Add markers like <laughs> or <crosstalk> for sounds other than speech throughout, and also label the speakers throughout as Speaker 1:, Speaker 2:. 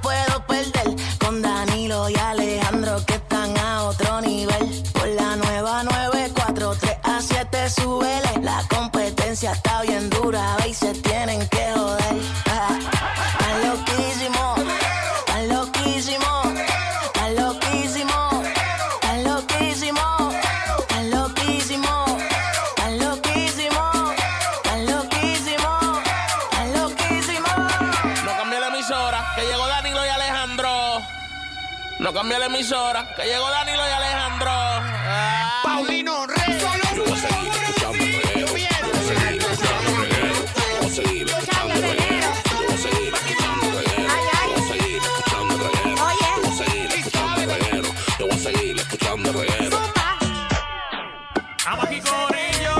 Speaker 1: puedo perder. Con Danilo y Alejandro que están a otro nivel. Por la nueva 943 a 7 súbele. La competencia está bien dura ve, y se tienen que joder. Ah, Están loquísimos, están loquísimos, están loquísimos, están loquísimos, están loquísimos, están loquísimos, están loquísimos, están loquísimos.
Speaker 2: No cambie la emisora, que llegó Danilo y Alejandro. No cambie la emisora, que llegó Danilo y Alejandro. Ah.
Speaker 3: Paulino Rey. Yo voy a seguir escuchando reguero. Yo voy a seguir escuchando reguero. Yo voy a seguir escuchando reguero. Yo voy a seguir escuchando reguero. Yo voy a seguir escuchando reguero. Yo voy a seguir escuchando reguero. Yo voy a seguir escuchando reguero.
Speaker 2: Vamos aquí con ellos.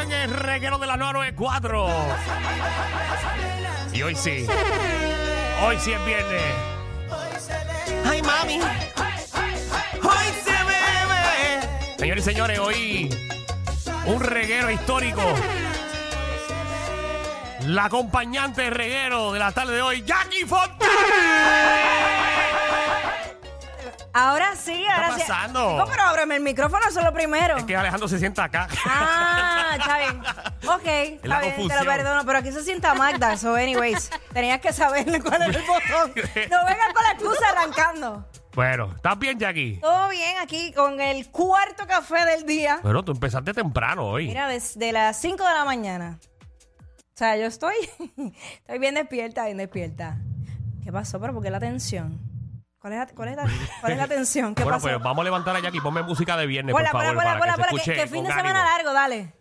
Speaker 2: En el reguero de la 994. Y hoy sí. Hoy sí es viernes. Ay, mami. Hoy se bebe. Señores y señores, hoy un reguero histórico. La acompañante de reguero de la tarde de hoy, Jackie Fontana.
Speaker 4: Ahora sí, ahora sí.
Speaker 2: pasando?
Speaker 4: No, pero ábreme el micrófono, eso es lo primero.
Speaker 2: Es que Alejandro se sienta acá.
Speaker 4: Ah, está bien.
Speaker 2: <laughs>
Speaker 4: Ok, está
Speaker 2: la
Speaker 4: bien, te
Speaker 2: confusión.
Speaker 4: lo perdono, pero aquí se sienta Magda, so anyways. Tenías que saber <laughs> cuál era el
Speaker 2: <laughs>
Speaker 4: botón. No vengas con la excusa arrancando.
Speaker 2: Bueno, ¿estás bien, Jackie?
Speaker 4: Todo bien aquí con el cuarto café del día.
Speaker 2: Bueno, tú empezaste temprano hoy.
Speaker 4: Mira, desde las 5 de la mañana. O sea, yo estoy, <laughs> estoy bien despierta, bien despierta. ¿Qué pasó? ¿Pero por qué la tensión? ¿Cuál es la, cuál es la- cuál es la tensión?
Speaker 2: <laughs>
Speaker 4: ¿Qué
Speaker 2: bueno,
Speaker 4: pasó?
Speaker 2: pues vamos a levantar a Jackie. Ponme música de viernes,
Speaker 4: Hola,
Speaker 2: por favor,
Speaker 4: hola,
Speaker 2: para
Speaker 4: hola,
Speaker 2: que
Speaker 4: hola,
Speaker 2: se
Speaker 4: que,
Speaker 2: escuche
Speaker 4: que fin de
Speaker 2: con
Speaker 4: semana
Speaker 2: ánimo.
Speaker 4: largo, dale.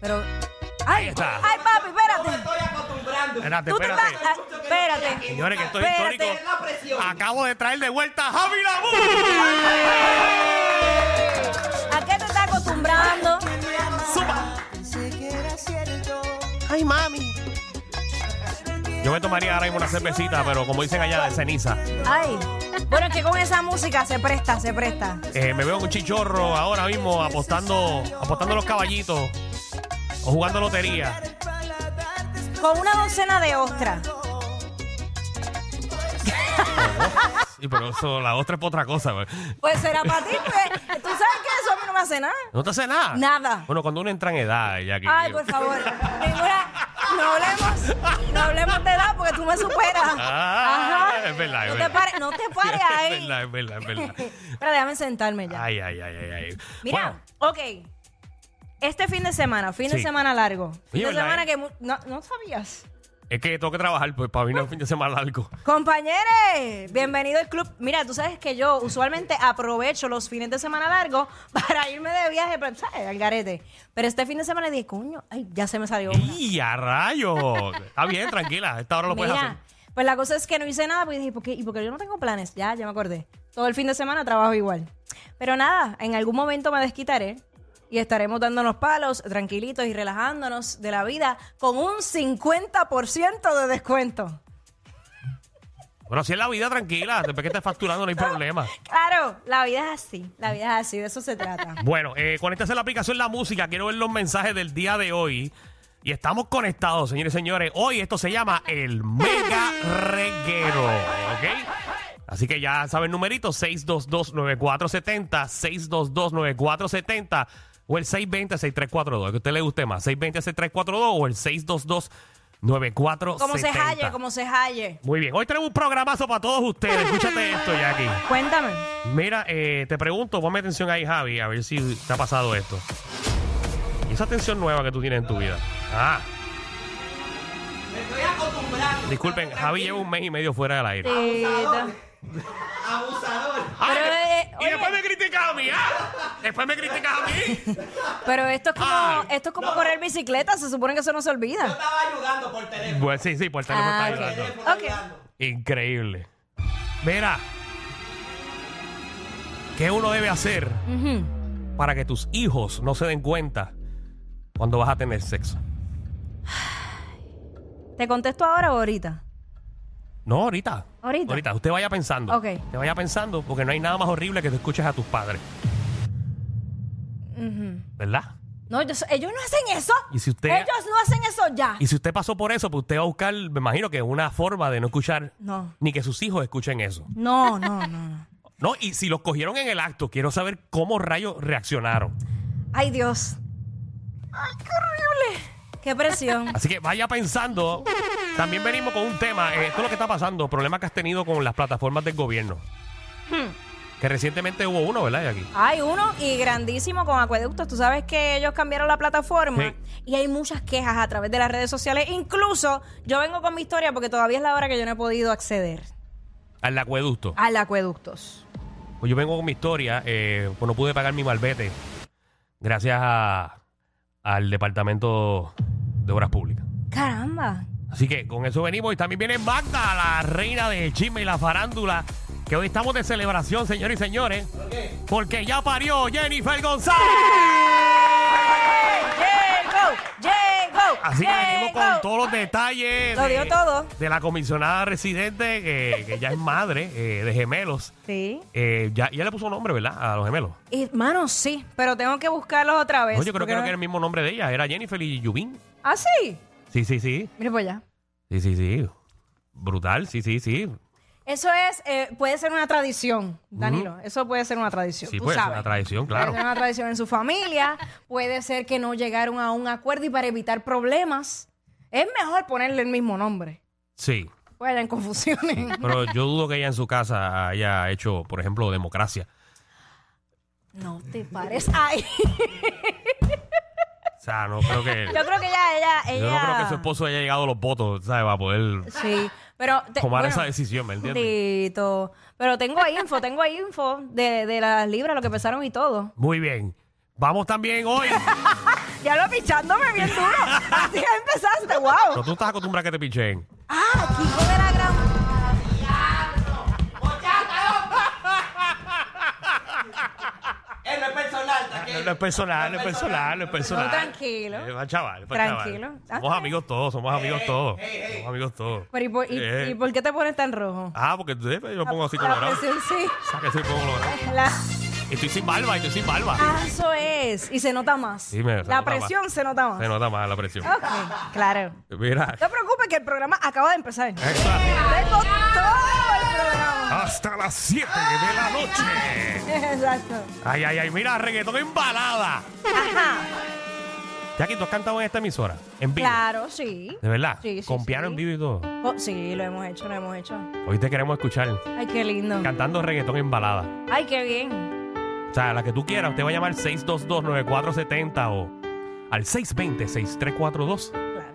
Speaker 4: Pero.
Speaker 2: Ahí
Speaker 4: ¡Ay!
Speaker 2: está.
Speaker 4: ¡Ay, papi, espérate!
Speaker 2: Espérate,
Speaker 4: Tú te
Speaker 2: espérate.
Speaker 4: vas- ah, Espérate.
Speaker 2: Señores, que estoy
Speaker 4: Espérate.
Speaker 2: histórico. Acabo de traer de vuelta a Javi Lamu.
Speaker 4: ¿A qué te estás acostumbrando?
Speaker 2: Ay, mami. Yo me tomaría ahora mismo una cervecita, pero como dicen allá, de ceniza.
Speaker 4: Ay. Bueno, es que con esa música se presta, se presta.
Speaker 2: Eh, me veo en un chichorro ahora mismo apostando, apostando los caballitos o jugando lotería.
Speaker 4: Con una docena de ostras.
Speaker 2: Sí, pero eso, la otra es para otra cosa. güey.
Speaker 4: Pues será para ti, pues. Tú sabes que eso a mí no me hace nada.
Speaker 2: ¿No te hace nada?
Speaker 4: Nada.
Speaker 2: Bueno, cuando uno entra en edad, ya que.
Speaker 4: Ay, por favor. Ninguna. No hablemos, no hablemos de edad porque tú me superas.
Speaker 2: Ah, es verdad, es
Speaker 4: no, te
Speaker 2: verdad.
Speaker 4: pares, no te pares ahí.
Speaker 2: <laughs> Es verdad, es verdad, es
Speaker 4: <laughs>
Speaker 2: verdad.
Speaker 4: Pero déjame sentarme ya.
Speaker 2: Ay, ay, ay, ay. ay.
Speaker 4: Mira, ok. Este fin de semana, fin de
Speaker 2: Sí.
Speaker 4: semana largo. Fin
Speaker 2: Oye,
Speaker 4: de
Speaker 2: ¿verdad,
Speaker 4: semana
Speaker 2: eh?
Speaker 4: que mu- no, no sabías.
Speaker 2: Bueno, es que tengo que trabajar, pues para mí no es fin de semana largo.
Speaker 4: Compañeros, bienvenido al club. Mira, tú sabes que yo usualmente aprovecho los fines de semana largos <laughs> para irme de viaje, pero, ¿sabes? Al garete. Pero este fin de semana dije, coño, ay, ya se me salió. una.
Speaker 2: ¡Y a rayos! Está bien, tranquila, a esta hora lo puedes
Speaker 4: Mira,
Speaker 2: hacer.
Speaker 4: pues la cosa es que no hice nada, pues dije, ¿por qué? ¿y porque yo no tengo planes? Ya, ya me acordé. Todo el fin de semana trabajo igual. Pero nada, en algún momento me desquitaré y estaremos dándonos palos, tranquilitos y relajándonos de la vida con un 50% de descuento.
Speaker 2: Bueno, si es la vida, tranquila. Después que estés facturando,
Speaker 4: <laughs>
Speaker 2: no hay problema.
Speaker 4: Claro, la vida es así, la vida es así, de eso se trata.
Speaker 2: Bueno, eh, conéctese a la aplicación La Música. Quiero ver los mensajes del día de hoy. Y estamos conectados, señores y señores. Hoy esto se llama el Mega Reguero. ¿Ok? Así que ya saben, numerito 622-9470, 622-9470 o el 620-6342. el Que a usted le guste más, 620-6342 o el 622-9470.
Speaker 4: <laughs> Como se halle, como se halle.
Speaker 2: Muy bien, hoy tenemos un programazo para todos ustedes. Escúchate esto, Jackie.
Speaker 4: Cuéntame.
Speaker 2: Mira, eh, te pregunto, ponme atención ahí, Javi, a ver si te ha pasado esto. Y esa atención nueva que tú tienes en tu vida. Ah. Disculpen, Javi lleva un mes y medio fuera del aire.
Speaker 4: Tita.
Speaker 2: Ay,
Speaker 4: Pero, eh,
Speaker 2: y
Speaker 4: oye.
Speaker 2: después me criticas a mí, ¿ah? Después me criticas a mí.
Speaker 4: <laughs> Pero esto es
Speaker 2: Ay.
Speaker 4: como, esto es como correr bicicleta, se supone que eso no se olvida.
Speaker 5: Estaba ayudando por teléfono.
Speaker 2: Pues sí, sí, por el teléfono
Speaker 4: Ah,
Speaker 2: está ayudando.
Speaker 4: ok. Ok.
Speaker 2: Increíble. Mira, ¿qué uno debe hacer
Speaker 4: Ujú.
Speaker 2: para que tus hijos no se den cuenta cuando vas a tener sexo?
Speaker 4: ¿Te contesto ahora o ahorita?
Speaker 2: No, ahorita.
Speaker 4: Ahorita.
Speaker 2: Ahorita, usted vaya pensando.
Speaker 4: Ok.
Speaker 2: Te vaya pensando, porque no hay nada más horrible que te escuches a tus padres. ¿Verdad?
Speaker 4: No, ellos, ellos no hacen eso.
Speaker 2: Y si usted-
Speaker 4: Ellos no hacen eso ya.
Speaker 2: Y si usted pasó por eso, pues usted va a buscar, me imagino que una forma de no escuchar,
Speaker 4: No.
Speaker 2: ni que sus hijos escuchen eso.
Speaker 4: No, no, no, no.
Speaker 2: No, y si los cogieron en el acto, quiero saber cómo rayos reaccionaron.
Speaker 4: Ay, Dios. Ay, qué horrible. Qué presión.
Speaker 2: Así que vaya pensando. También venimos con un tema. eh, esto es lo que está pasando, problemas que has tenido con las plataformas del gobierno.
Speaker 4: Hmm.
Speaker 2: Que recientemente hubo uno, ¿verdad? Y Aquí.
Speaker 4: Hay uno y grandísimo con acueductos. Tú sabes que ellos cambiaron la plataforma
Speaker 2: Sí.
Speaker 4: y hay muchas quejas a través de las redes sociales. Incluso yo vengo con mi historia porque todavía es la hora que yo no he podido acceder
Speaker 2: Al acueducto.
Speaker 4: al acueductos.
Speaker 2: Pues yo vengo con mi historia, eh, pues no pude pagar mi malvete gracias a- al Departamento de Obras Públicas.
Speaker 4: Caramba.
Speaker 2: Así que con eso venimos y también viene Magda, la reina del chisme y la farándula, que hoy estamos de celebración, señores y señores, porque ya parió Jennifer González.
Speaker 4: Llegó, llegó.
Speaker 2: Así que venimos con
Speaker 4: llegó.
Speaker 2: todos los detalles.
Speaker 4: Lo dio todo.
Speaker 2: De la comisionada residente, que, que ya es madre eh, de gemelos.
Speaker 4: Sí.
Speaker 2: Eh, ya, ya le puso nombre, ¿verdad? A los gemelos.
Speaker 4: Hermano, sí, pero tengo que buscarlos otra vez.
Speaker 2: No, yo creo
Speaker 4: Pues, porque
Speaker 2: que no
Speaker 4: no-
Speaker 2: era el mismo nombre de ella, era Jennifer y Yubin.
Speaker 4: ¿Ah, sí?
Speaker 2: Sí, sí, sí.
Speaker 4: Mire pues ya.
Speaker 2: Sí, sí, sí. Brutal, sí, sí, sí.
Speaker 4: Eso es, eh, puede ser una tradición, Danilo. Eso puede ser una tradición.
Speaker 2: Sí,
Speaker 4: tú
Speaker 2: puede ser
Speaker 4: sabes.
Speaker 2: una tradición, claro.
Speaker 4: Puede ser una tradición en su familia. Puede ser que no llegaron a un acuerdo y para evitar problemas es mejor ponerle el mismo nombre.
Speaker 2: Sí.
Speaker 4: Puede
Speaker 2: <laughs>
Speaker 4: haber confusiones.
Speaker 2: Pero yo dudo que ella en su casa haya hecho, por ejemplo, democracia.
Speaker 4: No te pares. Ay,
Speaker 2: O sea, no creo que.
Speaker 4: yo creo que ya ella, ella.
Speaker 2: Yo no creo que su esposo haya llegado a los votos, ¿sabes? Para poder
Speaker 4: Sí, pero. te-
Speaker 2: tomar
Speaker 4: bueno,
Speaker 2: esa decisión, ¿me entiendes?
Speaker 4: Tito. Pero tengo info, tengo info de, de las libras, lo que pesaron y todo.
Speaker 2: Muy bien. Vamos también hoy.
Speaker 4: Ya lo pichándome bien duro. Así empezaste, wow.
Speaker 2: No, tú estás acostumbrada a que te picheen.
Speaker 4: Ah, Kiko de la gran.
Speaker 5: Él no es personal, tranquilo.
Speaker 2: No es personal, no es personal, no es personal.
Speaker 4: No, tranquilo.
Speaker 2: Eh, va, chaval, va,
Speaker 4: Tranquilo.
Speaker 2: chaval.
Speaker 4: Ah,
Speaker 2: Somos amigos todos, somos amigos todos. Somos amigos todos.
Speaker 4: Pero ¿y por, y-
Speaker 2: Eh.
Speaker 4: y por qué te pones tan rojo?
Speaker 2: Ah, porque eh, yo me pongo así
Speaker 4: La
Speaker 2: colorado.
Speaker 4: presión sí.
Speaker 2: Saca ese pongo colorado.
Speaker 4: La-
Speaker 2: Estoy sin barba, estoy sin barba.
Speaker 4: ah, eso es. Y se nota más.
Speaker 2: Sí, me- se
Speaker 4: la
Speaker 2: nota
Speaker 4: presión se nota más.
Speaker 2: Se nota más la presión.
Speaker 4: Ok, claro.
Speaker 2: Mira.
Speaker 4: No te preocupes que el programa acaba de empezar.
Speaker 2: Esa.
Speaker 4: Tengo todo
Speaker 2: Hasta las 7 de la noche.
Speaker 4: el programa. Exacto.
Speaker 2: Ay, ay, ay, mira, reggaetón en balada.
Speaker 4: Ajá.
Speaker 2: Jackie, tú has cantado en esta emisora, en vivo.
Speaker 4: Claro, sí.
Speaker 2: De verdad.
Speaker 4: Sí, sí,
Speaker 2: Con piano
Speaker 4: sí.
Speaker 2: en vivo y todo.
Speaker 4: Oh, sí, lo hemos hecho, lo hemos hecho.
Speaker 2: Hoy te queremos escuchar
Speaker 4: Ay, qué lindo.
Speaker 2: cantando reggaetón en balada.
Speaker 4: Ay, qué bien.
Speaker 2: O sea, la que tú quieras, usted va a llamar 622-9470 o al 620-6342.
Speaker 4: Claro.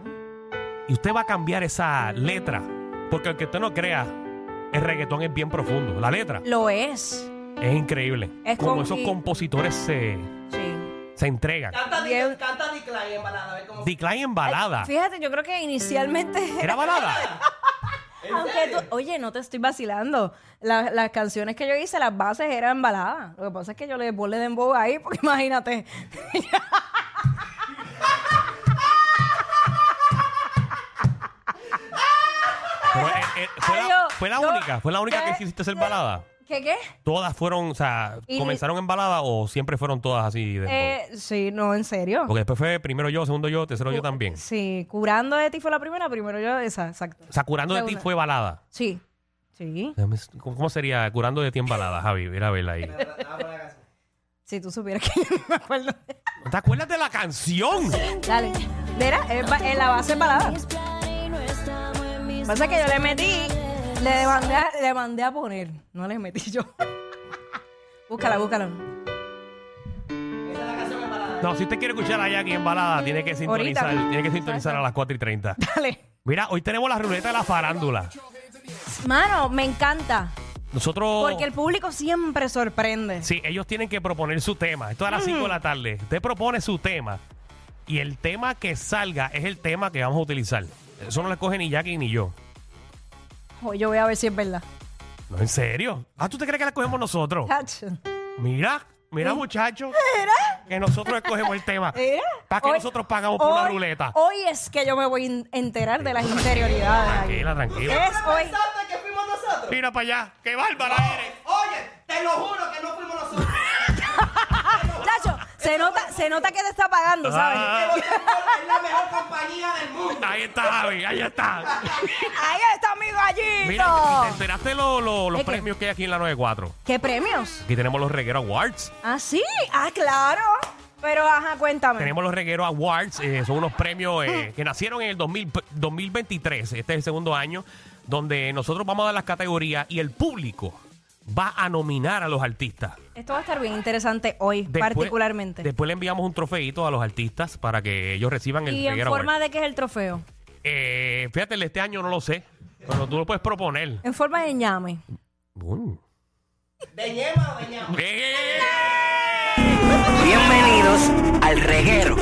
Speaker 2: Y usted va a cambiar esa letra. Porque aunque usted no crea, el reggaetón es bien profundo. La letra
Speaker 4: Lo es.
Speaker 2: es increíble.
Speaker 4: Es
Speaker 2: Como
Speaker 4: con-
Speaker 2: esos compositores se,
Speaker 4: Sí.
Speaker 2: se entregan.
Speaker 5: Canta,
Speaker 4: Bien.
Speaker 5: Di- canta Decline en balada, a ver cómo.
Speaker 2: Decline en balada.
Speaker 4: Fíjate, yo creo que inicialmente.
Speaker 2: ¿Era balada?
Speaker 4: Aunque tú, oye, no te estoy vacilando. La- las canciones que yo hice, las bases eran baladas. Lo que pasa es que yo le volé de emboba ahí, <laughs> porque imagínate.
Speaker 2: Fue, eh, eh, fue
Speaker 4: Ay,
Speaker 2: la,
Speaker 4: yo-
Speaker 2: fue la
Speaker 4: yo- eh,
Speaker 2: única, fue la única que
Speaker 4: ¿qué?
Speaker 2: quisiste hacer balada.
Speaker 4: ¿Qué qué?
Speaker 2: Todas fueron, o sea,
Speaker 4: Y-
Speaker 2: comenzaron en balada o siempre fueron todas así. De
Speaker 4: Eh, sí, no, en serio.
Speaker 2: Porque después fue primero yo, segundo yo, tercero yo también.
Speaker 4: Sí, curando de ti fue la primera, primero yo esa, exacto.
Speaker 2: O sea, curando de ti
Speaker 4: Segunda.
Speaker 2: fue balada.
Speaker 4: Sí. Sí.
Speaker 2: Déjame- ¿Cómo cómo sería curando de ti en balada, Javi? Mira, verla ahí. ¿No
Speaker 4: Si tú supieras <laughs> que yo no me acuerdo.
Speaker 2: ¿Te acuerdas de la canción?
Speaker 4: Dale. Mira, es ba- es la base es balada. Pasa que yo le metí, le mandé, a, le mandé a poner, no le metí yo. <laughs> búscala, búscala.
Speaker 2: No, si usted quiere escuchar a Jackie en balada, tiene que sintonizar, tiene que sintonizar a las 4 y 30.
Speaker 4: Dale.
Speaker 2: Mira, hoy tenemos la ruleta de la farándula.
Speaker 4: Mano, me encanta.
Speaker 2: Nosotros.
Speaker 4: Porque el público siempre sorprende.
Speaker 2: Oh. Sí, ellos tienen que proponer su tema. Esto es a las 5 de la tarde. Usted propone su tema. Y el tema que salga es el tema que vamos a utilizar. Eso no lo escoge ni Jackie ni yo.
Speaker 4: Oh, yo voy a ver si es verdad.
Speaker 2: No, en serio. Ah, ¿tú te crees que la escogemos nosotros?
Speaker 4: Tacho.
Speaker 2: Mira, mira, muchachos. Que nosotros escogemos el tema.
Speaker 4: <laughs> Mira.
Speaker 2: ¿Para que
Speaker 4: Hoy-
Speaker 2: nosotros pagamos por una
Speaker 4: hoy-
Speaker 2: ruleta?
Speaker 4: Hoy es que yo me voy a in- enterar de las interioridades.
Speaker 2: Tranquila,
Speaker 4: aquí.
Speaker 2: tranquila.
Speaker 4: Es hoy.
Speaker 5: ¿Pensaste que fuimos nosotros?
Speaker 2: Mira para allá. ¡Qué bárbara
Speaker 4: Ah.
Speaker 2: eres!
Speaker 5: Oye, te lo juro que no fuimos nosotros.
Speaker 4: Chacho, se nota, se nota que te está pagando, ¿sabes?
Speaker 2: Ah,
Speaker 5: Pero Chambol es la mejor compañía del mundo.
Speaker 2: ahí está, Javi. Ahí está.
Speaker 4: <laughs> Ahí está mi
Speaker 2: Mira, ¿te
Speaker 4: gallito.
Speaker 2: enteraste lo- lo- los
Speaker 4: ¿De qué?
Speaker 2: premios que hay aquí en la 94?
Speaker 4: ¿Qué premios?
Speaker 2: Aquí tenemos los Reguero Awards.
Speaker 4: Ah, sí. Ah, claro. Pero, ajá,
Speaker 2: <laughs>
Speaker 4: cuéntame.
Speaker 2: Tenemos los Reguero Awards, eh, son unos premios
Speaker 4: <laughs>
Speaker 2: eh, que nacieron en el 2000 p- 2023, este es el segundo año, donde nosotros vamos a dar las categorías y el público va a nominar a los artistas.
Speaker 4: Esto va a estar bien interesante hoy,
Speaker 2: Después-
Speaker 4: particularmente.
Speaker 2: Después le enviamos un trofeito a los artistas para que ellos reciban el
Speaker 4: y en
Speaker 2: Reguero
Speaker 4: forma
Speaker 2: Award.
Speaker 4: de que es el trofeo.
Speaker 2: Eh, fíjate, el de este año no lo sé, pero tú lo puedes
Speaker 4: <laughs>
Speaker 2: proponer.
Speaker 4: En forma de ñame.
Speaker 2: Uy.
Speaker 5: ¿De ñema o de ñama?
Speaker 2: ¡Eh!
Speaker 1: Bienvenidos al reguero.